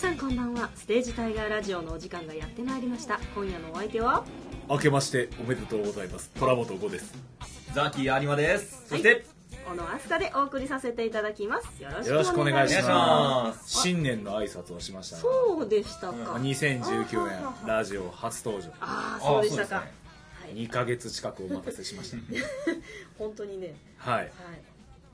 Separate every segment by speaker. Speaker 1: あステージタイガーラジオのお時間がやってまいりました今夜のお相手は
Speaker 2: 明けましておめでとうございます虎本五です
Speaker 3: ザキ有馬です。そして、
Speaker 1: 小野飛鳥でお送りさせていただきますよ
Speaker 2: よろ
Speaker 1: ろ
Speaker 2: し
Speaker 1: し
Speaker 2: く
Speaker 1: く
Speaker 2: お
Speaker 1: お
Speaker 2: 願
Speaker 1: 願
Speaker 2: い
Speaker 1: い
Speaker 2: し
Speaker 1: し
Speaker 2: ま
Speaker 1: ますす
Speaker 3: ます
Speaker 2: 新年の挨拶をしましたね
Speaker 1: そうでしたか、
Speaker 3: う
Speaker 2: 2019年ラジオ初登場
Speaker 1: ああそうでしたか、
Speaker 3: あそうで
Speaker 1: はい、
Speaker 2: 2ヶ月近くお待たせし ましたね
Speaker 1: 本当にね
Speaker 2: はい
Speaker 1: は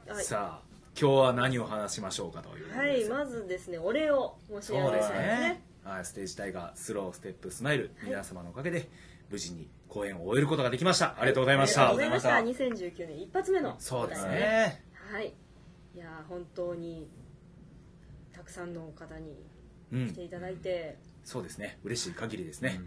Speaker 1: い、はい
Speaker 2: さあ今日は何を話しましょうかということ
Speaker 1: は
Speaker 2: で
Speaker 1: い、
Speaker 2: すよ
Speaker 1: まずですねお礼を申し上げ
Speaker 2: そう
Speaker 1: ま
Speaker 2: ですす
Speaker 1: ね
Speaker 2: ねはいステージタイガースローステップスマイル皆様のおかげで無事に公演を終えることができましたありがとうございまし
Speaker 1: ありがとう
Speaker 2: た
Speaker 1: ございました
Speaker 3: あり
Speaker 1: 2019年一発目の
Speaker 2: そうです
Speaker 1: お題
Speaker 2: ね
Speaker 1: はいいやー本当にたくさんの方に
Speaker 2: う
Speaker 1: 来て
Speaker 2: ん
Speaker 1: いただいて、
Speaker 2: そうですね嬉しい限りですね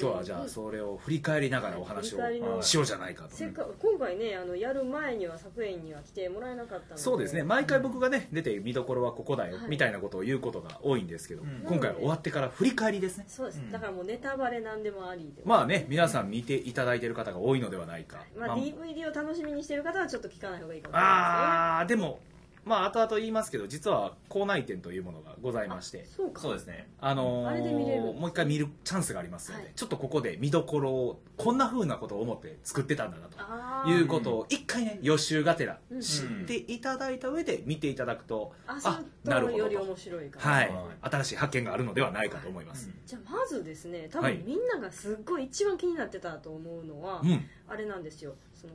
Speaker 2: 今日はじゃあそれを振り返りながらお話
Speaker 1: 振り返り
Speaker 2: を
Speaker 1: の
Speaker 2: しようじゃないかと
Speaker 1: せっか今回ねあのやる前には作演には来てもらえなかったので
Speaker 2: そうですね毎回僕がね出て見どころはここだよ
Speaker 1: はい
Speaker 2: みたいなことを言うことが多いんですけど、
Speaker 3: うん
Speaker 2: 今回は終わってから振り返りですね
Speaker 1: そうです、
Speaker 3: うん
Speaker 1: だからもうネタバレなんでもありで、ま
Speaker 2: まあね皆さん見ていただいてる方が多いのではないか、
Speaker 1: あ、DVD を楽しみにしてる方はちょっと聞かない方がいいかもしれな
Speaker 2: ああーでもまあ後々言いますけど実は校内展というものがございまし
Speaker 1: い
Speaker 2: て
Speaker 1: ですねそうか
Speaker 3: そうですね。
Speaker 2: あのー
Speaker 1: あれで見れる
Speaker 2: もう一回見るチャンスがありますので、
Speaker 1: はい
Speaker 2: ちょっとここで見どころをこんな風なことを思って作ってたんだなと
Speaker 1: あ
Speaker 2: い
Speaker 1: ー
Speaker 2: うことを一回ね予習がてら
Speaker 1: うん
Speaker 2: 知っていただいた上で見ていただくと、
Speaker 1: あそうとより面白いから
Speaker 2: はい
Speaker 3: はい、
Speaker 2: 新しい発見があるのではないかと思います。
Speaker 1: じゃあまずですね多
Speaker 2: は
Speaker 1: 分
Speaker 2: い
Speaker 1: みんながすっごい一番気になってたと思うのは、
Speaker 2: うん、
Speaker 1: あれなんですよその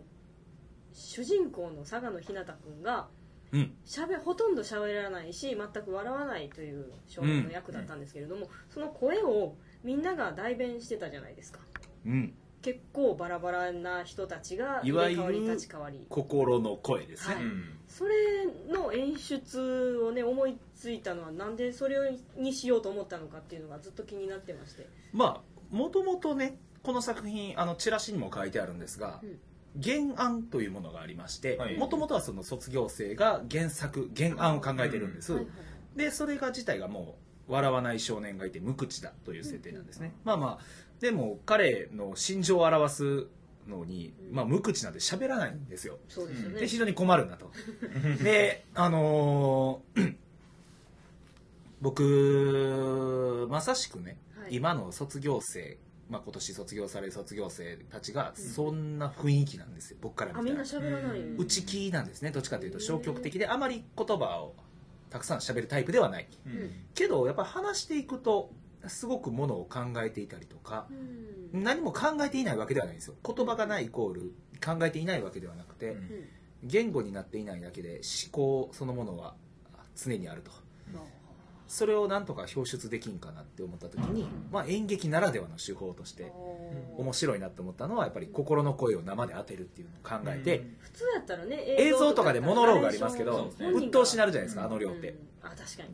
Speaker 1: 主人公の佐賀野ひなたくんが
Speaker 2: うん、
Speaker 1: しゃべほとんど喋らないし全く笑わないという少年の役だったんですけれども、その声をみんなが代弁してたじゃないですか
Speaker 2: うん、
Speaker 1: 結構バラバラな人たちが入
Speaker 2: い
Speaker 1: れ
Speaker 2: わ
Speaker 1: 替
Speaker 2: ゆる
Speaker 1: わり立ち替わり
Speaker 2: 心の声ですね。
Speaker 1: はい
Speaker 3: うん
Speaker 1: それの演出をね思いついたのはなんでそれにしようと思ったのかっていうのがずっと気になってまして
Speaker 2: まあ、もともとね、この作品、あのチラシにも書いてあるんですが。
Speaker 1: うん
Speaker 2: 原案というものがありまして
Speaker 3: はい
Speaker 2: もともとはその卒業生が原作原案を考えてるんです、
Speaker 1: はいはい
Speaker 2: でそれが自体がもう笑わない少年がいて無口だという設定なんですね、まあまあでも彼の心情を表すのに、まあ、無口なんで喋らないんですよ
Speaker 1: そうですよね、
Speaker 2: で非常に困る なとであのー 僕まさしくね、
Speaker 1: はい
Speaker 2: 今の卒業生、まあ、今年卒業される卒業生たちがそんな雰囲気なんですよ、僕から
Speaker 1: あみ
Speaker 2: 見
Speaker 1: んな
Speaker 2: たら
Speaker 1: 喋らない、
Speaker 3: うん
Speaker 2: 内気なんですねどっちかというと消極的であまり言葉をたくさん喋るタイプではない
Speaker 3: うん
Speaker 2: けどやっぱ話していくとすごくものを考えていたりとか
Speaker 1: うん
Speaker 2: 何も考えていないわけではないんですよ言葉がないイコール考えていないわけではなくて、
Speaker 3: うん
Speaker 1: うん
Speaker 2: 言語になっていないだけで思考そのものは常にあると
Speaker 1: まあ
Speaker 2: それをなんとか表出できんかなって思った時に、まあ、演劇ならではの手法として
Speaker 1: あー
Speaker 2: 面白いなと思ったのはやっぱり心の声を生で当てるっていうのを考えて、
Speaker 3: うん
Speaker 1: 普通やったらね
Speaker 2: 映像とかでモノローグありますけ
Speaker 3: そう
Speaker 2: ど
Speaker 3: ですね
Speaker 2: 鬱陶しなるじゃないですか、
Speaker 3: うん
Speaker 2: あの量って、
Speaker 1: あ確かに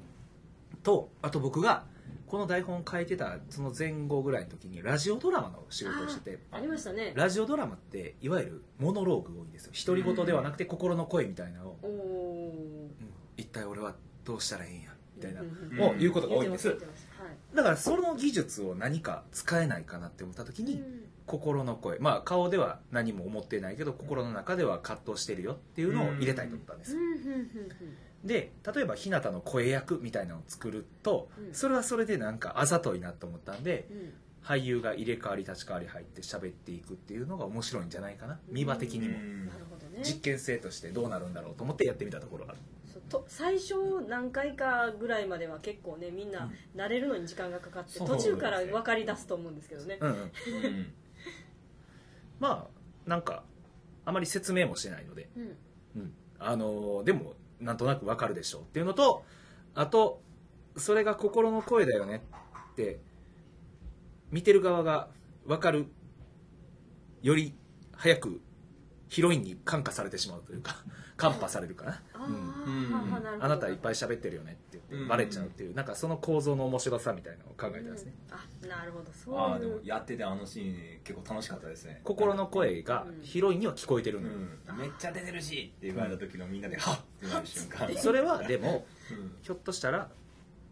Speaker 2: とあと僕がこの台本を書いてたその前後ぐらいの時にラジオドラマの仕事をしてて
Speaker 1: ありましたね
Speaker 2: ラジオドラマっていわゆるモノローグ多いんですよ独り言ではなくて心の声みたいなのを、
Speaker 1: おお
Speaker 2: うん一体俺はどうしたらいいんやみたいな
Speaker 1: うんうん
Speaker 2: を言うことが
Speaker 1: 言っ
Speaker 2: 多
Speaker 1: て
Speaker 2: いん
Speaker 1: ま
Speaker 2: です
Speaker 1: 言
Speaker 2: す
Speaker 1: ってますはい
Speaker 2: だからその技術を何か使えないかなって思った時
Speaker 1: う
Speaker 2: に
Speaker 1: ん
Speaker 2: 心の声まあ顔では何も思ってないけど心の中では葛藤してるよっていうのを入れたいと思ったんです
Speaker 1: うんうんうん
Speaker 2: で例えば日向の声役みたいなのを作ると、
Speaker 1: うん
Speaker 2: それはそれでなんかあざといなと思ったんで
Speaker 1: うんうん
Speaker 2: 俳優が入れ替わり立ち替わり入って喋っていくっていうのが面白いんじゃないかな見場的にも、
Speaker 3: うん
Speaker 1: なるほどね
Speaker 2: 実験性としてどうなるんだろうと思ってやってみたところがある
Speaker 1: そうと最初何回かぐらいまでは結構ねみんな慣れるのに時間がかかって
Speaker 2: そう
Speaker 1: 途中から分かり出すと思うんですけどね
Speaker 2: うんうん、
Speaker 3: うん
Speaker 2: まあなんかあまり説明もしてないので、
Speaker 1: うん
Speaker 2: うんあのーでもなんとなくわかるでしょうっていうのとあとそれが心の声だよねって見てる側がわかるより早くヒロインに感化されてしまうという か感化されるかな、
Speaker 1: あ
Speaker 2: うん
Speaker 3: うん
Speaker 1: ーははるほど
Speaker 2: あなたいっぱい喋ってるよねって言ってバレちゃうっていう、なんかその構造の面白さみたいなのを考えてますね、
Speaker 1: うんあなるほどそう
Speaker 3: ああで
Speaker 1: い
Speaker 3: も
Speaker 1: う
Speaker 3: やっててあのシーン結構楽しかったですね
Speaker 2: 心の声がヒロインには聞こえて
Speaker 3: う
Speaker 2: るのよ、
Speaker 3: んめっちゃ出てるしって言われた時のみんなでハッってなる瞬間
Speaker 2: それはでも
Speaker 3: うん
Speaker 2: ひょっとしたら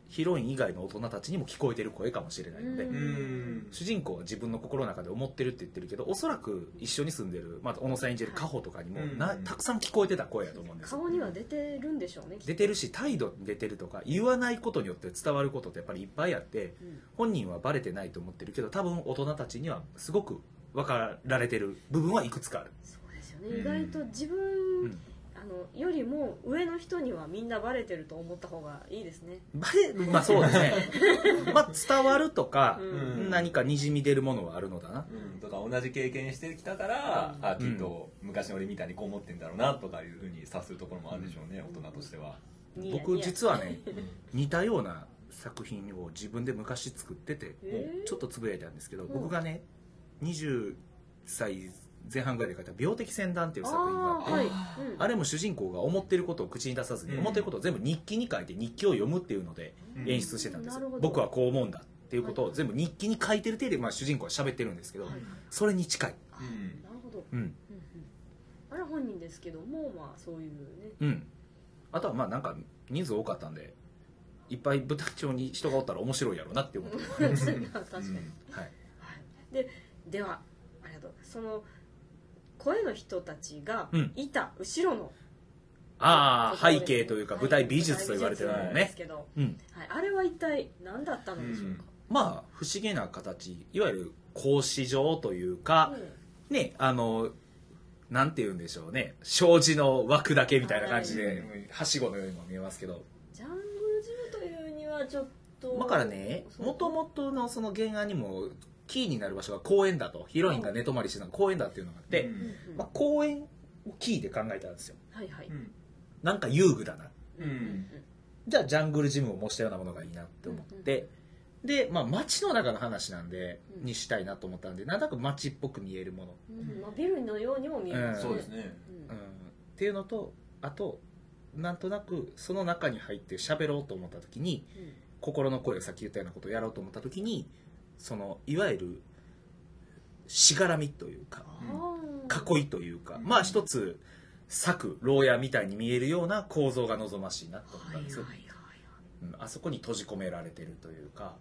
Speaker 2: ヒロイン以外の大人たちにも聞こえてる声かもしれないので、
Speaker 1: うん
Speaker 3: うん
Speaker 2: 主人公は自分の心の中で思ってるって言ってるけどおそらく一緒に住んでる、まあ、小野さん演じるカホとかにも
Speaker 3: うん
Speaker 2: なたくさん聞こえてた声やと思うんですよ
Speaker 1: 顔には出てるんでしょうねきっと
Speaker 2: 出てるし態度に出てるとか言わないことによって伝わることってやっぱりいっぱいあって
Speaker 1: うん
Speaker 2: 本人はバレてないと思ってるけど多分大人たちにはすごく分かられてる部分はいくつかある、
Speaker 1: そうですよ
Speaker 3: う
Speaker 1: ね
Speaker 3: ん
Speaker 1: 意外と自分、
Speaker 2: うん
Speaker 1: あのよりも上の人にはみんなバレてると思った方がいいですね、
Speaker 2: バレまあそうで すねまあ伝わるとか、
Speaker 1: うん
Speaker 3: うん
Speaker 2: 何かにじみ出るものはあるのだな
Speaker 3: うんとか同じ経験してきたから、あ
Speaker 2: う
Speaker 3: き
Speaker 2: ん
Speaker 3: っと昔の俺みたいにこう思ってんだろうなとかいうふうに察するところもあるでしょうね、大人としては、
Speaker 1: ニヤニヤ
Speaker 2: 僕実はね
Speaker 3: うん
Speaker 2: 似たような作品を自分で昔作ってて
Speaker 1: えー
Speaker 2: ちょっとつぶやいたんですけ
Speaker 1: う
Speaker 2: ど、
Speaker 1: ん
Speaker 2: 僕がね20歳前半ぐらいで書いた「病的戦断」っていう作品があっ
Speaker 1: あー
Speaker 2: て
Speaker 1: はい、
Speaker 3: あー
Speaker 1: うん
Speaker 2: あれも主人公が思ってることを口に出さずに、
Speaker 3: うん
Speaker 2: 思ってることを全部日記に書いて日記を読むっていうので
Speaker 3: うん
Speaker 2: 演出してたんです
Speaker 1: な
Speaker 2: よ、
Speaker 1: るほど
Speaker 2: 僕はこう思うんだっていうことを全部日記に書いてる体で、まあ、主人公は喋ってるんですけど、
Speaker 1: はい
Speaker 2: それに近い、
Speaker 1: あ
Speaker 3: うん
Speaker 1: なるほど、
Speaker 2: うん
Speaker 1: うんうん、あれは本人ですけどもまあそういうね
Speaker 2: うん、あとはまあなんか人数多かったんでいっぱい舞台上に人がおったら面白いやろうなって思ってる、
Speaker 1: まあ 確かに、
Speaker 2: はい、
Speaker 1: はい、でではありがとうその声の人たちが
Speaker 2: うん
Speaker 1: いた後ろの、
Speaker 2: あ
Speaker 1: とこ
Speaker 2: あ
Speaker 1: ろで
Speaker 2: 背
Speaker 1: すね
Speaker 2: 景というか
Speaker 1: は
Speaker 2: 舞台美術と言われてるも
Speaker 1: 舞
Speaker 2: ん
Speaker 1: 台美術なんで
Speaker 2: ね
Speaker 1: す、けど、
Speaker 2: うん、
Speaker 1: はい、あれは一体何だったのでしょうか、
Speaker 2: まあ不思議な形いわゆる格子状というか、ね、あの、なんて言うんでしょうね、障子の枠だけみたいな感じ
Speaker 3: は
Speaker 2: で
Speaker 3: い、
Speaker 2: はしごのようにも見えますけど、
Speaker 1: ジャングルジムというにはちょっと
Speaker 2: だからね、
Speaker 1: そう
Speaker 2: もともとのその原案にも、キーになる場所が公園だと、ヒロインが寝泊まりしてた公園だっていうのがあって、
Speaker 3: う
Speaker 1: うん
Speaker 3: ん
Speaker 1: うん
Speaker 2: まあ、公園をキーで考えたんですよ。
Speaker 1: はいはい、
Speaker 3: うん
Speaker 2: なんか遊具だな。
Speaker 3: うん
Speaker 2: じゃあ、ジャングルジムを模したようなものがいいなって思って、で、まあ、街の中の話なんで、
Speaker 1: うん
Speaker 2: にしたいなと思ったんで、なんとなく街っぽく見えるもの。
Speaker 1: うんうんまあ、ビルのようにも見えますね、
Speaker 3: そうですね
Speaker 1: うん
Speaker 2: うんっていうのとあとなんとなくその中に入って喋ろうと思った時に心の声がさっき言ったようなことをやろうと思った時にそのいわゆるしがらみというか
Speaker 1: うんあー
Speaker 2: 囲いというか
Speaker 3: うん
Speaker 2: まあ一つ柵牢屋みたいに見えるような構造が望ましいなと思っ
Speaker 1: は
Speaker 2: た
Speaker 1: い
Speaker 2: ん
Speaker 1: は
Speaker 2: で
Speaker 1: い
Speaker 2: すよ
Speaker 1: は、い
Speaker 2: うんあそこに閉じ込められてるというか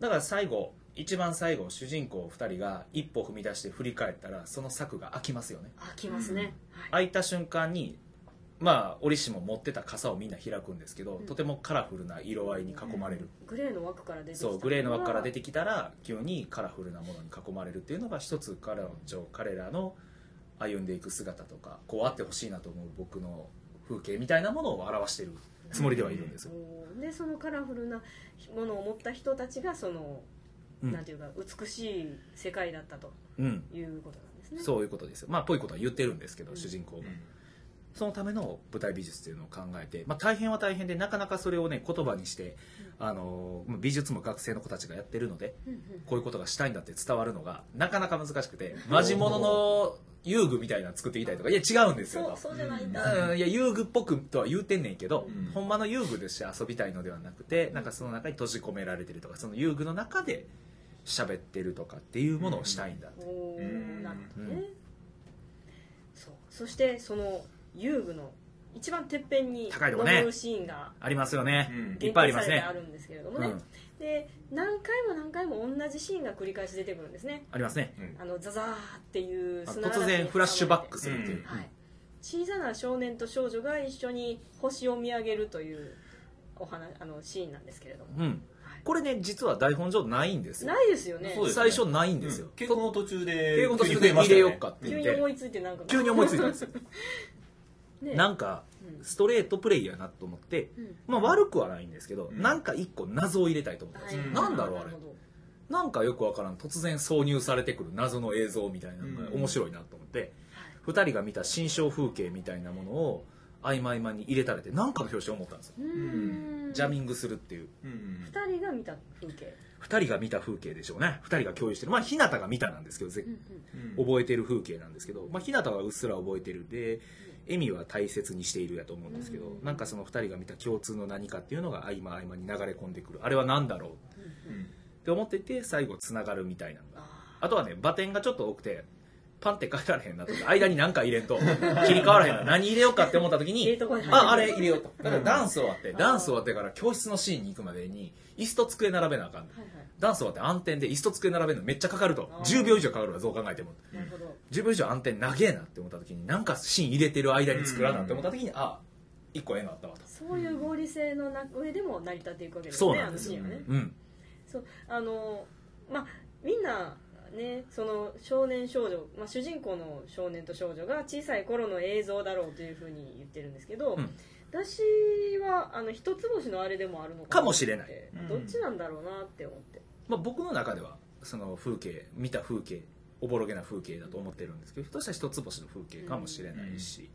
Speaker 2: だから最後一番最後主人公2人が一歩踏み出して振り返ったらその柵が開きますよね
Speaker 1: あ来ますね、はい
Speaker 2: 開いた瞬間にまあ折しも持ってた傘をみんな開くんですけど、
Speaker 1: うん
Speaker 2: とてもカラフルな色合いに囲まれる、
Speaker 1: グレーの枠から出てきた
Speaker 2: そうグレーの輪から出てきたら急にカラフルなものに囲まれるっていうのが一つ彼らの彼らの歩んでいく姿とかこうあってほしいなと思う僕の風景みたいなものを表してるつもりではいるんですよ、
Speaker 1: そうでそのカラフルなものを持った人たちがその、
Speaker 2: うん
Speaker 1: なんていうか美しい世界だったと
Speaker 2: うん
Speaker 1: いうことなんですね
Speaker 2: そういうことですよまあぽいことは言ってるんですけど、
Speaker 1: うん
Speaker 2: 主人公が、
Speaker 3: うん
Speaker 2: そのための舞台美術というのを考えて、まあ、大変は大変でなかなかそれをね言葉にして、あのまあ美術も学生の子たちがやってるので
Speaker 1: うんうん
Speaker 2: こういうことがしたいんだって伝わるのがなかなか難しくてマジモノの遊具みたいなの作っていたりとかいや違うんですよ
Speaker 1: そう
Speaker 2: と。
Speaker 1: そうじゃないんだ、
Speaker 2: うんいや遊具っぽくとは言うてんねんけど、
Speaker 3: うん
Speaker 2: ほんまの遊具でして遊びたいのではなくてなんかその中に閉じ込められてるとかその遊具の中で喋ってるとかっていうものをしたいんだ、
Speaker 1: おお
Speaker 3: うん
Speaker 1: なるほどね、
Speaker 2: うん
Speaker 1: そうそしてその遊具の一番てっぺんに
Speaker 2: 高いとこね
Speaker 1: 登るシーンが
Speaker 2: ありますよね、
Speaker 3: うん
Speaker 2: いっ
Speaker 1: 限
Speaker 2: ぱ
Speaker 1: 定
Speaker 2: いありま
Speaker 1: さ
Speaker 2: す
Speaker 1: れて
Speaker 2: ね
Speaker 1: あるんですけれども
Speaker 2: う
Speaker 1: ね、
Speaker 2: ん、
Speaker 1: で何回も何回も同じシーンが繰り返し出てくるんですね
Speaker 2: ありますね
Speaker 1: あのザザーっていう
Speaker 2: あ
Speaker 1: 砂嵐
Speaker 2: 突
Speaker 1: に
Speaker 2: 然フラッシュバックするっていう、
Speaker 3: うん
Speaker 1: はい、小さな少年と少女が一緒に星を見上げるというお話あのシーンなんですけれども、
Speaker 2: うん、
Speaker 1: はい
Speaker 2: これね実は台本上ないんですよ
Speaker 1: ないですよね
Speaker 3: そうです
Speaker 2: 最初ないんですよ、
Speaker 3: 結婚の途中で
Speaker 2: 英語の途中で入れようかって
Speaker 1: 急
Speaker 2: 言っ
Speaker 1: に
Speaker 2: て
Speaker 1: 思いついてなんか
Speaker 2: 急に思いついた んですよ
Speaker 1: ね
Speaker 2: なんか
Speaker 1: うん
Speaker 2: ストレートプレイヤーなと思って
Speaker 1: うん
Speaker 2: まあ悪くはないんですけど、
Speaker 3: うん
Speaker 2: なんか一個謎を入れたいと思ったんで
Speaker 1: は
Speaker 2: すよ、
Speaker 1: い
Speaker 2: なんだろうあれ
Speaker 1: なるほど
Speaker 2: なんかよくわからん突然挿入されてくる謎の映像みたいなのが
Speaker 3: うん
Speaker 2: 面白いなと思って、
Speaker 1: はい
Speaker 2: 2人が見た心象風景みたいなものを合間合間に入れたれてなんかの表紙を思ったんですよ、
Speaker 1: うーん
Speaker 2: ジャミングするっていう
Speaker 3: うん
Speaker 1: 二人が見た風景、
Speaker 2: 2人が見た風景でしょうね2人が共有してるまあ日向が見たなんですけどぜ
Speaker 1: うんうん
Speaker 2: 覚えてる風景なんですけど、まあ、日向はうっすら覚えてるで恵美は大切にしているやと思うんですけど、
Speaker 1: うん
Speaker 2: なんかその2人が見た共通の何かっていうのが合間合間に流れ込んでくるあれは何だろう
Speaker 1: うん
Speaker 3: うん
Speaker 2: って思ってて最後つながるみたいなのが
Speaker 1: あ
Speaker 2: あとはね馬点がちょっと多くてパンって変えられへんなとか間に何か入れんと切り替わらへん な何入れようかって思った時
Speaker 1: 入れ
Speaker 2: に
Speaker 1: とこない
Speaker 2: ああれ入れようとだからダンス終わって
Speaker 1: ん
Speaker 2: ダンス終わってから教室のシーンに行くまでに椅子と机並べなあかん
Speaker 1: はいはい
Speaker 2: ダンス終わって暗転で椅子と机並べるのめっちゃかかると
Speaker 1: あー
Speaker 2: 10秒以上かかるわどう考えても
Speaker 1: なるほど
Speaker 2: 10秒以上暗転長えなって思った時に何かシーン入れてる間に作らなって思った時にあ1個絵があったわと
Speaker 1: そういう合理性のな上でも成り立っていくわけです
Speaker 2: そう
Speaker 1: ね
Speaker 2: な
Speaker 1: あ
Speaker 2: んで
Speaker 1: の
Speaker 2: す
Speaker 1: シー
Speaker 2: よ
Speaker 1: ンはね
Speaker 2: うん
Speaker 1: そうあのまあみんなねその少年少女、まあ、主人公の少年と少女が小さい頃の映像だろうというふうに言ってるんですけど、
Speaker 2: うん
Speaker 1: 私はあの一つ星のあれでもあるの
Speaker 2: かもしれない
Speaker 1: って
Speaker 3: うん
Speaker 1: どっちなんだろうなって思って、
Speaker 2: まあ、僕の中ではその風景見た風景おぼろげな風景だと思ってるんですけどひょっとしたら一つ星の風景かもしれないし、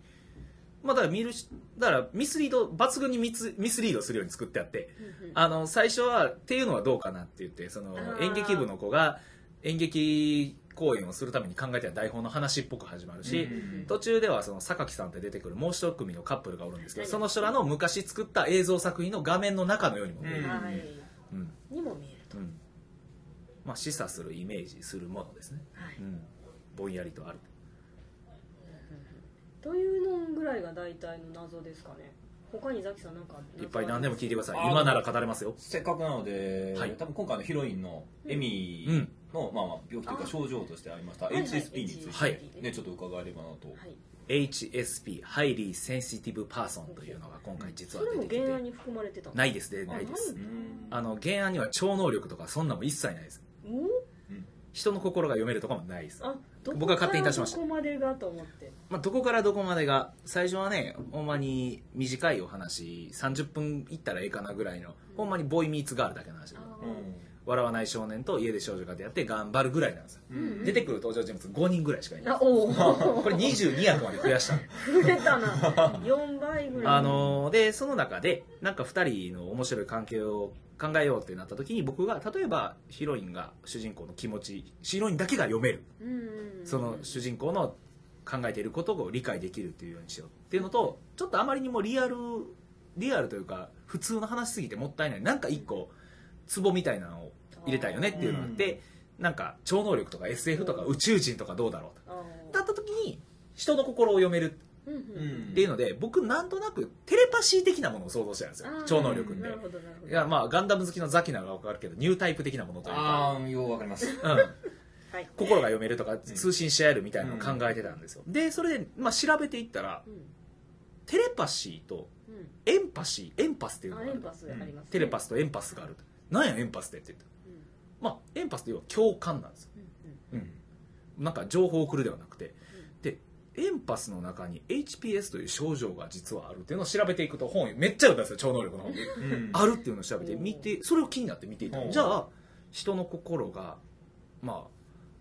Speaker 2: まあ、だから見るしだからミスリード抜群にミスミスリードするように作ってあって
Speaker 1: うんうん
Speaker 2: あの最初はっていうのはどうかなって言ってその
Speaker 1: あー
Speaker 2: 演劇部の子が演劇公演をするために考えてた台本の話っぽく始まるし、
Speaker 1: うん
Speaker 2: 途中ではその榊さんって出てくるもう一組のカップルがおるんですけど
Speaker 1: はい
Speaker 2: その人らの昔作った映像作品の画面の中のようにも見える、
Speaker 3: うん
Speaker 1: はい
Speaker 2: うん
Speaker 1: にも見えると、
Speaker 2: うんまあ、示唆するイメージするものですね、
Speaker 1: はい
Speaker 2: うん、ぼんやりとある
Speaker 1: というのぐらいが大体の謎ですかね他にザキさんなんか
Speaker 2: いっぱい何でも聞いてください
Speaker 3: あー
Speaker 2: 今なら語れますよ
Speaker 3: せっかくなので、
Speaker 2: はい
Speaker 3: 多分今回のヒロインのエミの、まあ、まあ病気という
Speaker 1: あ
Speaker 3: か症状としてありました
Speaker 1: はいはい
Speaker 3: HSP について、
Speaker 2: はい
Speaker 3: ね、ちょっと伺えればなと、
Speaker 1: はい
Speaker 2: HSP Highly Sensitive Person というのが今回実
Speaker 1: そ
Speaker 2: は
Speaker 1: れも
Speaker 2: 出てきて
Speaker 1: 原案に含まれてたの
Speaker 2: ないですねないで
Speaker 1: あ
Speaker 2: す
Speaker 3: うん
Speaker 2: あの原案には超能力とかそんなも一切ないです
Speaker 1: うん
Speaker 2: 人の心が読めるとかもないです
Speaker 1: あど
Speaker 2: 僕が勝手に出しました
Speaker 1: こからどこまでがと思って
Speaker 2: まあ、どこからどこまでが最初はねほんまに短いお話30分いったらええかなぐらいのほんまにボーイミーツガールだけの話
Speaker 1: あ
Speaker 2: 笑わない少年と家で少女が出会って頑張るぐらいなんですよ
Speaker 3: うんうん
Speaker 2: 出てくる登場人物5人ぐらいしかい
Speaker 1: ー
Speaker 2: ない
Speaker 1: あおお
Speaker 2: これ22役まで増やしたの
Speaker 1: 増えたな4倍ぐらい
Speaker 2: あのーでその中でなんか2人の面白い関係を考えようってなった時に僕が例えばヒロインが主人公の気持ちヒロインだけが読める
Speaker 1: うんうんうん
Speaker 2: その主人公の考えていることを理解できるっていうようにしようっていうのとちょっとあまりにもリアルリアルというか普通の話すぎてもったいないなんか一個ツボみたいなのを入れたいよねっていうのがあってなんか超能力とか SF とか宇宙人とかどうだろうとか
Speaker 1: あー
Speaker 2: だった時に人の心を読める
Speaker 1: うんう
Speaker 3: うんん
Speaker 2: っていうので僕なんとなくテレパシー的なものを想像してたんですよ
Speaker 1: あー
Speaker 2: 超能力っ
Speaker 1: な
Speaker 2: て
Speaker 1: るほどなるほ
Speaker 2: い
Speaker 1: ど
Speaker 2: やまあガンダム好きのザキならわかるけどニュータイプ的なものというか、
Speaker 3: ああようわかります
Speaker 2: うん、
Speaker 1: はい
Speaker 2: 心が読めるとか通信し合えるみたいなのを考えてたんですよでそれで、まあ、調べていったら
Speaker 1: うん
Speaker 2: テレパシーと
Speaker 1: うん
Speaker 2: エンパシーエンパスっていうの
Speaker 1: あ
Speaker 2: があ
Speaker 1: エン
Speaker 2: る
Speaker 1: パスありますね
Speaker 2: テレパスとエンパスがあるとなんやエンパスってって言った
Speaker 1: うん
Speaker 2: まあエンパスって要は共感なんですよ
Speaker 1: うんうん
Speaker 2: なんか情報を送るではなくてでエンパスの中に HPS という症状が実はあるっていうのを調べていくと本めっちゃ読んだんですよ超能力の本
Speaker 3: うん
Speaker 2: あるっていうのを調べて
Speaker 1: うん
Speaker 2: 見てそれを気になって見ていた
Speaker 3: うん
Speaker 2: じゃあ人の心がまあ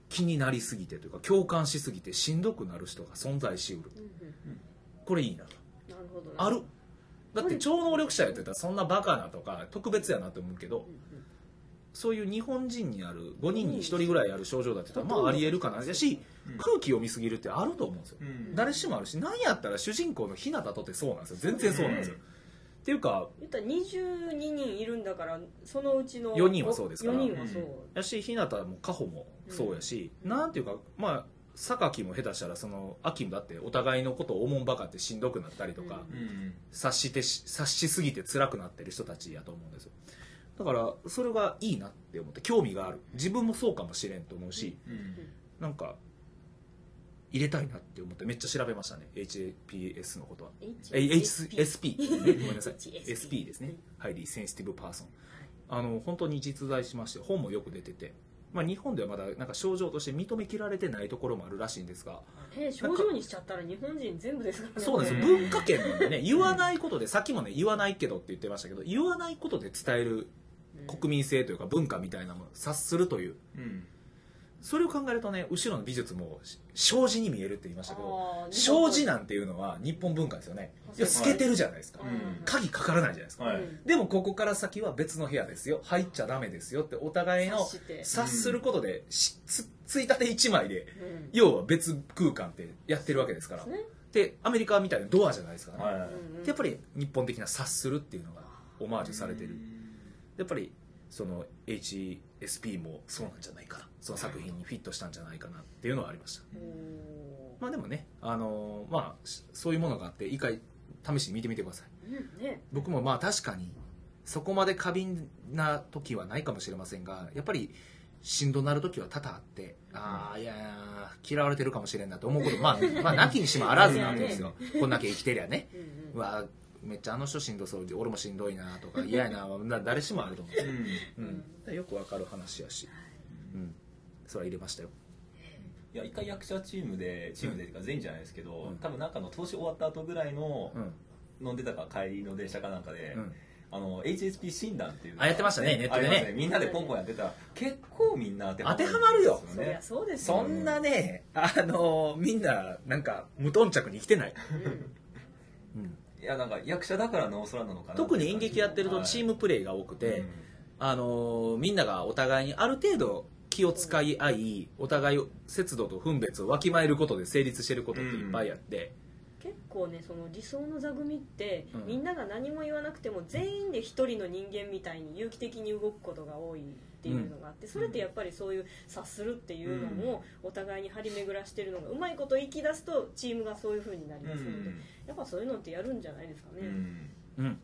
Speaker 2: 気になりすぎてというか共感しすぎてしんどくなる人が存在しうる
Speaker 1: うんうん
Speaker 2: これいいなと
Speaker 1: なるほどな
Speaker 2: あるだって超能力者やってたらそんなバカなとか特別やなと思うけど
Speaker 1: うんうん
Speaker 2: そういう日本人にある5人に1人ぐらいある症状だって言ったらまあありえるかなやし
Speaker 3: うん
Speaker 2: 空気読みすぎるってあると思うんですよ
Speaker 3: うん
Speaker 2: 誰しもあるし何やったら主人公の日向とってそうなんですよ全然そうなんですよっていうか
Speaker 1: 言ったら22人いるんだからそのうちの
Speaker 2: 四人はそうですから
Speaker 1: 4人はそう
Speaker 2: やし日向もカホもそうやし、
Speaker 1: うん
Speaker 2: なんていうかまあ榊も下手したらその秋もだってお互いのことをおもんばかってしんどくなったりとか、
Speaker 1: うん
Speaker 3: うん
Speaker 2: 察してし察しすぎて辛くなってる人たちやと思うんですよだからそれがいいなって思って興味がある自分もそうかもしれんと思うし、
Speaker 3: うん
Speaker 2: なんか入れたいなって思ってめっちゃ調べましたね HPS のことは
Speaker 1: H-
Speaker 2: え HSP ねごめんなさい
Speaker 1: HSP
Speaker 2: SP ですねハイリーセンシティブパーソンあの本当に実在しまして本もよく出てて、まあ、日本ではまだなんか症状として認めきられてないところもあるらしいんですが
Speaker 1: え症状にしちゃったら日本人全部ですからね
Speaker 2: そうなんですよ
Speaker 3: うん
Speaker 2: 文化圏なんでね言わないことでさっきもね言わないけどって言ってましたけど言わないことで伝える国民性というか文化みたいなものを察するという
Speaker 3: うん
Speaker 2: それを考えるとね後ろの美術もし障子に見えるって言いましたけど
Speaker 1: あー
Speaker 2: 障子なんていうのは日本文化ですよねいや透けてるじゃないですか
Speaker 1: うん
Speaker 2: 鍵かからないじゃないですか
Speaker 3: はい
Speaker 1: うん
Speaker 2: でもここから先は別の部屋ですよ入っちゃダメですよってお互いの
Speaker 1: 察して
Speaker 2: 察することでしつついたて1枚
Speaker 1: う
Speaker 2: で
Speaker 1: ん
Speaker 2: 要は別空間ってやってるわけですから
Speaker 1: ね
Speaker 2: でアメリカみたいなドアじゃないですからね、
Speaker 3: は
Speaker 1: うんうん
Speaker 2: でやっぱり日本的な察するっていうのがオマージュされてるやっぱりその HSP もそうなんじゃないかなっその作品にフィットしたんじゃないかなっていうのはありました
Speaker 1: おー
Speaker 2: まあでもね、あのーまあしそういうものがあって一回試して見てみてください
Speaker 1: うんね
Speaker 2: 僕もまあ確かにそこまで過敏な時はないかもしれませんがやっぱりしんどなる時は多々あってああいやー嫌われてるかもしれんなと思うことま あまあなきにしもあらずなんですよこんだけ生きてりゃね
Speaker 1: うんうん
Speaker 2: うわーめっちゃあの人しんどそうで俺もしんどいなとか嫌やなな誰しもあると思
Speaker 3: うんい
Speaker 2: うん、うん、よくわかる話やし、うん、それは入れましたよ
Speaker 3: や一回役者チームでチームでっていうか全員じゃないですけど、
Speaker 2: うん
Speaker 3: 多分なんかの投資終わった後ぐらいの
Speaker 2: う、ん、
Speaker 3: 飲んでたか帰りの電車かなんかで、
Speaker 2: うん、
Speaker 3: あの HSP 診断っていうのが
Speaker 2: あやってましたねネットでね
Speaker 3: ありますみんなでポンポンやってたら結構みんな当
Speaker 2: 当てはまるよ
Speaker 3: です
Speaker 1: そりゃそうです
Speaker 2: そ
Speaker 1: よ
Speaker 2: んなね、あのーみんな、なんか、無頓着に生きてない。
Speaker 1: うん
Speaker 3: いやなんか役者だからなおさらなのかな
Speaker 2: 特に演劇やってるとチー
Speaker 3: ム
Speaker 2: ムプレーが多くて、あのーみんながお互いにある程度気を使い合い、お互いを節度と分別をわきまえることで成立してることっていっぱいあって、
Speaker 1: 結構ねその理想の座組って、
Speaker 2: うん
Speaker 1: みんなが何も言わなくても全員で一人の人間みたいに有機的に動くことが多いっていうのがあって、それってやっぱりそういう察するっていうのもお互いに張り巡らしてるのがうまいこと言いき出すとチームがそういう風になり
Speaker 3: うんう
Speaker 1: ますので、
Speaker 3: ん
Speaker 1: やっぱそういうのってやるんじゃないですかね、
Speaker 3: うん
Speaker 2: うん。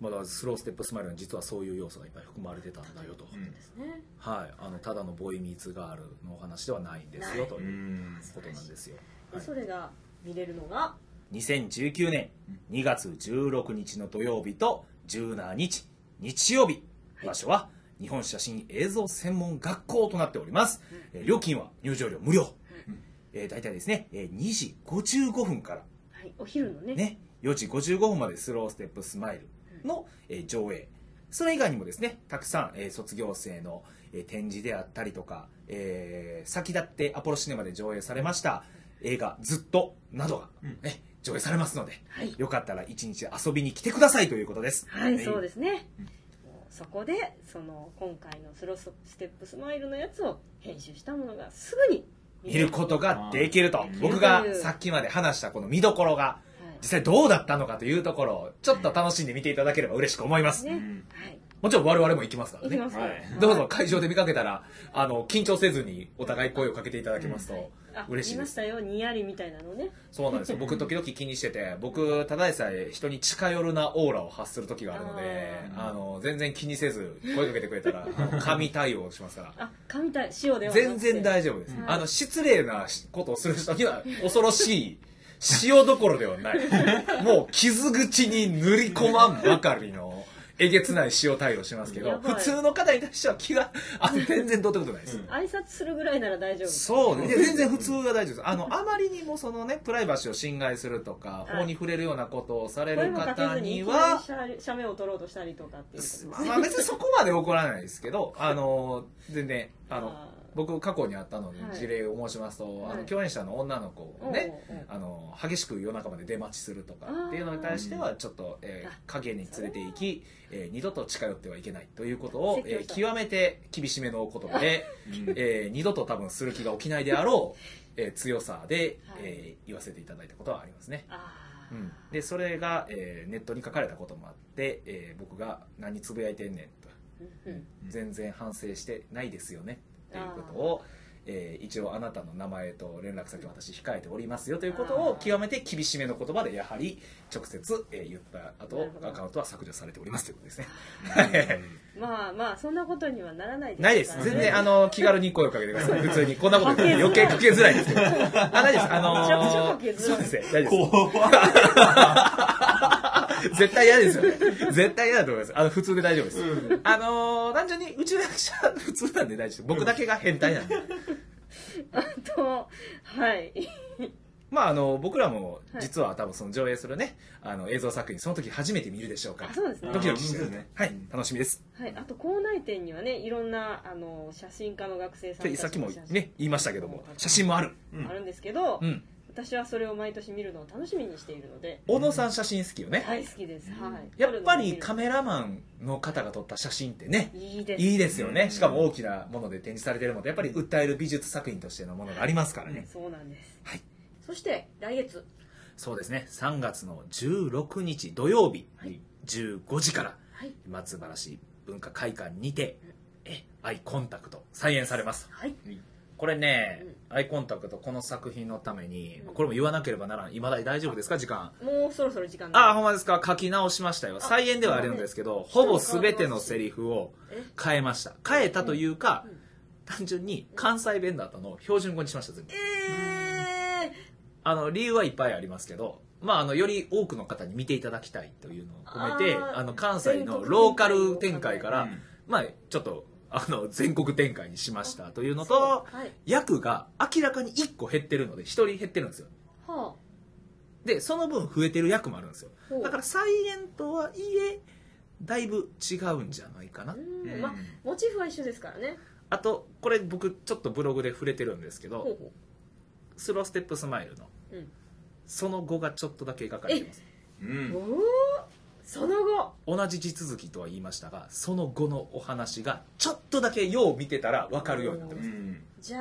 Speaker 2: まあだからスローステップスマイルに実はそういう要素がいっぱい含まれてたんだよと。
Speaker 3: うん
Speaker 1: ですね
Speaker 2: はい。あの、ただのボーイミーツガールのお話ではないんですよ、と
Speaker 3: う
Speaker 2: いうんことなんですよ。
Speaker 1: で
Speaker 2: はい
Speaker 1: それが見れるのが
Speaker 2: 2019年2月16日の土曜日と17日日曜日場所は日本写真映像専門学校となっております、えー料金は入場料無料、えー大体ですね、えー2時55分から
Speaker 1: はい、お昼のね
Speaker 2: ね、4時55分までスローステップスマイルの、えー上映それ以外にもですねたくさん、えー卒業生の、えー展示であったりとか、えー先立ってアポロシネマで上映されました映画「ずっと」などが、
Speaker 3: うん
Speaker 2: ね上映されますので、
Speaker 1: はい
Speaker 2: よかったら一日遊びに来てくださいということです
Speaker 1: はい、そう
Speaker 2: で
Speaker 1: ですね、もうそこでその今回のスロステップスマイルのやつを編集したものがすぐに
Speaker 2: 見ることができると
Speaker 3: あー
Speaker 2: 僕がさっきまで話したこの見どころが
Speaker 1: はい
Speaker 2: 実際どうだったのかというところをちょっと楽しんで見ていただければ嬉しく思います、
Speaker 1: ね、
Speaker 3: ん
Speaker 1: はい
Speaker 2: もちろん我々も行きますから
Speaker 1: 行
Speaker 2: ね
Speaker 1: きますから、
Speaker 3: はい
Speaker 2: どうぞ会場で見かけたらあの緊張せずにお互い声をかけていただけますと
Speaker 1: あ
Speaker 2: 嬉しい
Speaker 1: 見
Speaker 2: で
Speaker 1: まし
Speaker 2: す
Speaker 1: たよにやりみたいなのね
Speaker 2: そうなんですよ僕時々気にしてて僕ただでさえ人に近寄るなオーラを発する時があるので
Speaker 3: あー
Speaker 2: あの全然気にせず声かけてくれたらあの神対応しますから
Speaker 1: あ神対塩ではなくて
Speaker 2: 全然大丈夫です、
Speaker 1: はい
Speaker 2: あの失礼なことをする人には 恐ろしい塩どころではない もう傷口に塗り込まんばかりのえげつない塩対応しますけ
Speaker 1: や
Speaker 2: ど
Speaker 1: ばい
Speaker 2: 普通の方に対しては気があの全然どうってことないです、
Speaker 3: うん
Speaker 1: 挨拶するぐらいなら大丈夫
Speaker 2: そうね、いや全然普通が大丈夫です。あの、あまりにもそのね、プライバシーを侵害するとか、
Speaker 1: はい
Speaker 2: 法に触れるようなことをされ
Speaker 1: 声
Speaker 2: る
Speaker 1: もかけ
Speaker 2: 方
Speaker 1: ずに
Speaker 2: に
Speaker 1: いきなり
Speaker 2: は、
Speaker 1: しゃ写メを撮ろうとしたりとかっていうことですね
Speaker 2: まあまあ別にそこまで怒らないですけど、あの、全然、あの
Speaker 1: あ、
Speaker 2: 僕過去にあったので
Speaker 1: はい
Speaker 2: 事例を申しますと、
Speaker 1: はい
Speaker 2: あの、共演者の女の子をね、
Speaker 1: おうおう
Speaker 2: あの激しく夜中まで出待ちするとかっていうのに対してはちょっと、えー
Speaker 1: あ
Speaker 2: 影に連れて行き、えー二度と近寄ってはいけないということを、
Speaker 1: 説教
Speaker 2: え
Speaker 1: し
Speaker 2: ー
Speaker 1: た
Speaker 2: 極めて厳しめの言葉で、えー二度と多分する気が起きないであろう、えー強さで、
Speaker 1: はい
Speaker 2: えー言わせていただいたことはありますね。
Speaker 1: あ
Speaker 2: う
Speaker 1: ー
Speaker 2: ん、でそれが、えーネットに書かれたこともあって、えー僕が「何つぶやいてんねん」と
Speaker 1: うんうん
Speaker 2: 「全然反省してないですよね」ということを、えー一応あなたの名前と連絡先を私控えておりますよということを
Speaker 1: あー
Speaker 2: 極めて厳しめの言葉でやはり直接、えー言った
Speaker 1: な
Speaker 2: 後
Speaker 1: るほど
Speaker 2: アカウントは削除されておりますということですね。
Speaker 1: まあまあそんなことにはならないです
Speaker 2: ないです
Speaker 1: からね
Speaker 2: 全然あの気軽に声をかけてください普通にこんなこと言って余計かけづらいですけどあ大丈夫ですあのー
Speaker 1: めちゃくちゃかけづらい
Speaker 2: そうですね大丈夫で
Speaker 3: 怖っ
Speaker 2: す絶対嫌ですよね絶対嫌だと思いますあの普通で大丈夫です、あのー単純にうちの役者普通なんで大丈夫僕だけが変態なんで
Speaker 1: とはい
Speaker 2: まああの僕らも実は多分その上映するねあの映像作品その時初めて見るでしょうから
Speaker 1: あそうですね
Speaker 2: ドキドキしてる
Speaker 3: うんそうですね
Speaker 2: はい楽しみです
Speaker 1: はい、あと校内展にはねいろんなあの写真家の学生さんたちの
Speaker 2: でさっきも
Speaker 1: 写真
Speaker 2: ね言いましたけども写真もある
Speaker 3: うん
Speaker 1: あるんですけど、
Speaker 2: うん
Speaker 1: 私はそれを毎年見るのを楽しみにしているので
Speaker 2: 小野さん写真好きよね、
Speaker 1: 大好きです、はい、
Speaker 2: やっぱりカ
Speaker 1: カメ
Speaker 2: メラマンの方が撮った写真ってね
Speaker 1: いいです
Speaker 2: いいですよ
Speaker 3: う
Speaker 2: ね
Speaker 3: ん
Speaker 2: しかも大きなもので展示されてるのでやっぱり訴える美術作品としてのものがありますからね、
Speaker 1: そうなんです、
Speaker 2: はい、
Speaker 1: そして来月
Speaker 2: そうですね3月の16日土曜日、
Speaker 1: はい
Speaker 2: 15時から
Speaker 1: はい
Speaker 2: 松原市文化会館にてアイコンタクト再演されます
Speaker 1: はい
Speaker 2: これね、アイコンタクトこの作品のために、
Speaker 1: うん
Speaker 2: これも言わなければならん今だい大丈夫ですか時間
Speaker 1: もうそろそろ時間
Speaker 2: ああ
Speaker 1: あ
Speaker 2: ほんまですか書き直しましたよ再演ではあるんですけどほぼ全てのセリフを
Speaker 1: え
Speaker 2: 変えました変えたというか、
Speaker 1: うんうん
Speaker 2: 単純に関西弁だったのを標準語にしました全部
Speaker 1: え
Speaker 2: あの理由はいっぱいありますけど、まあ、あのより多くの方に見ていただきたいというのを込めて
Speaker 1: あ
Speaker 2: あ
Speaker 1: ー
Speaker 2: の関西のローカル展開から、まあ、ちょっとあの全国展開にしましたという
Speaker 1: ー
Speaker 2: の
Speaker 1: そ
Speaker 2: と
Speaker 1: うはい
Speaker 2: 役が明らかに1個減ってるので1人減ってるんですよ
Speaker 1: は
Speaker 2: でその分増えてる役もあるんですよ
Speaker 1: あほう
Speaker 2: だから再現とはいえだいぶ違うんじゃないかな
Speaker 1: うーんまあモチーフは一緒ですからね
Speaker 2: あとこれ僕ちょっとブログで触れてるんですけ
Speaker 1: ほ
Speaker 2: ど
Speaker 1: うほ
Speaker 2: スローステップスマイルの
Speaker 1: ううん
Speaker 2: その後がちょっとだけ描かれてます
Speaker 3: う
Speaker 1: お
Speaker 3: ん
Speaker 1: おその後
Speaker 2: 同じ地続きとは言いましたがその後のお話がちょっとだけよう見てたら分かるようになって
Speaker 3: う
Speaker 2: ます
Speaker 3: ん
Speaker 1: じゃ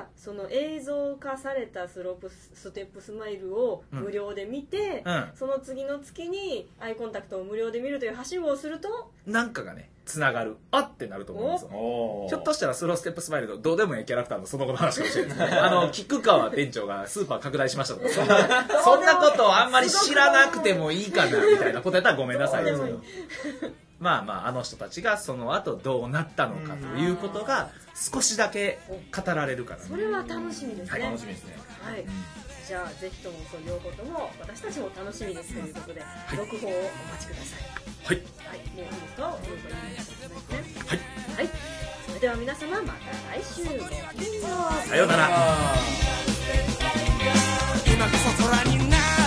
Speaker 1: あその映像化されたスロープスステップスマイルを無料で見て、
Speaker 2: うん
Speaker 1: その次の月にアイコンタクトを無料で見るというはしごをすると
Speaker 2: なんかがねつながるあってなると思うんですよ
Speaker 3: おー
Speaker 2: ひょっとしたらスローステップスマイルのどうでもいいキャラクターのその後の話かもしれないですね あの菊川店長がスーパー拡大しま したとかそんなそんなことをあんまり知らなくてもいいかなみたいなことやったらごめんなさいですけどまあまああの人たちがその後どうなったのかということが少しだけ語られるから
Speaker 1: そ
Speaker 2: ね
Speaker 1: れは楽しみですね、
Speaker 3: 楽しみですね
Speaker 1: はいじゃあぜひともそう両方とも私たちも楽しみですということで、
Speaker 2: い
Speaker 1: 続報をお待ちください
Speaker 2: はい
Speaker 1: はいもういいですかもういいですねはい、はい、それでは皆様また来週ごきげんよう
Speaker 2: さようなら
Speaker 3: あー
Speaker 4: 今こそ空になる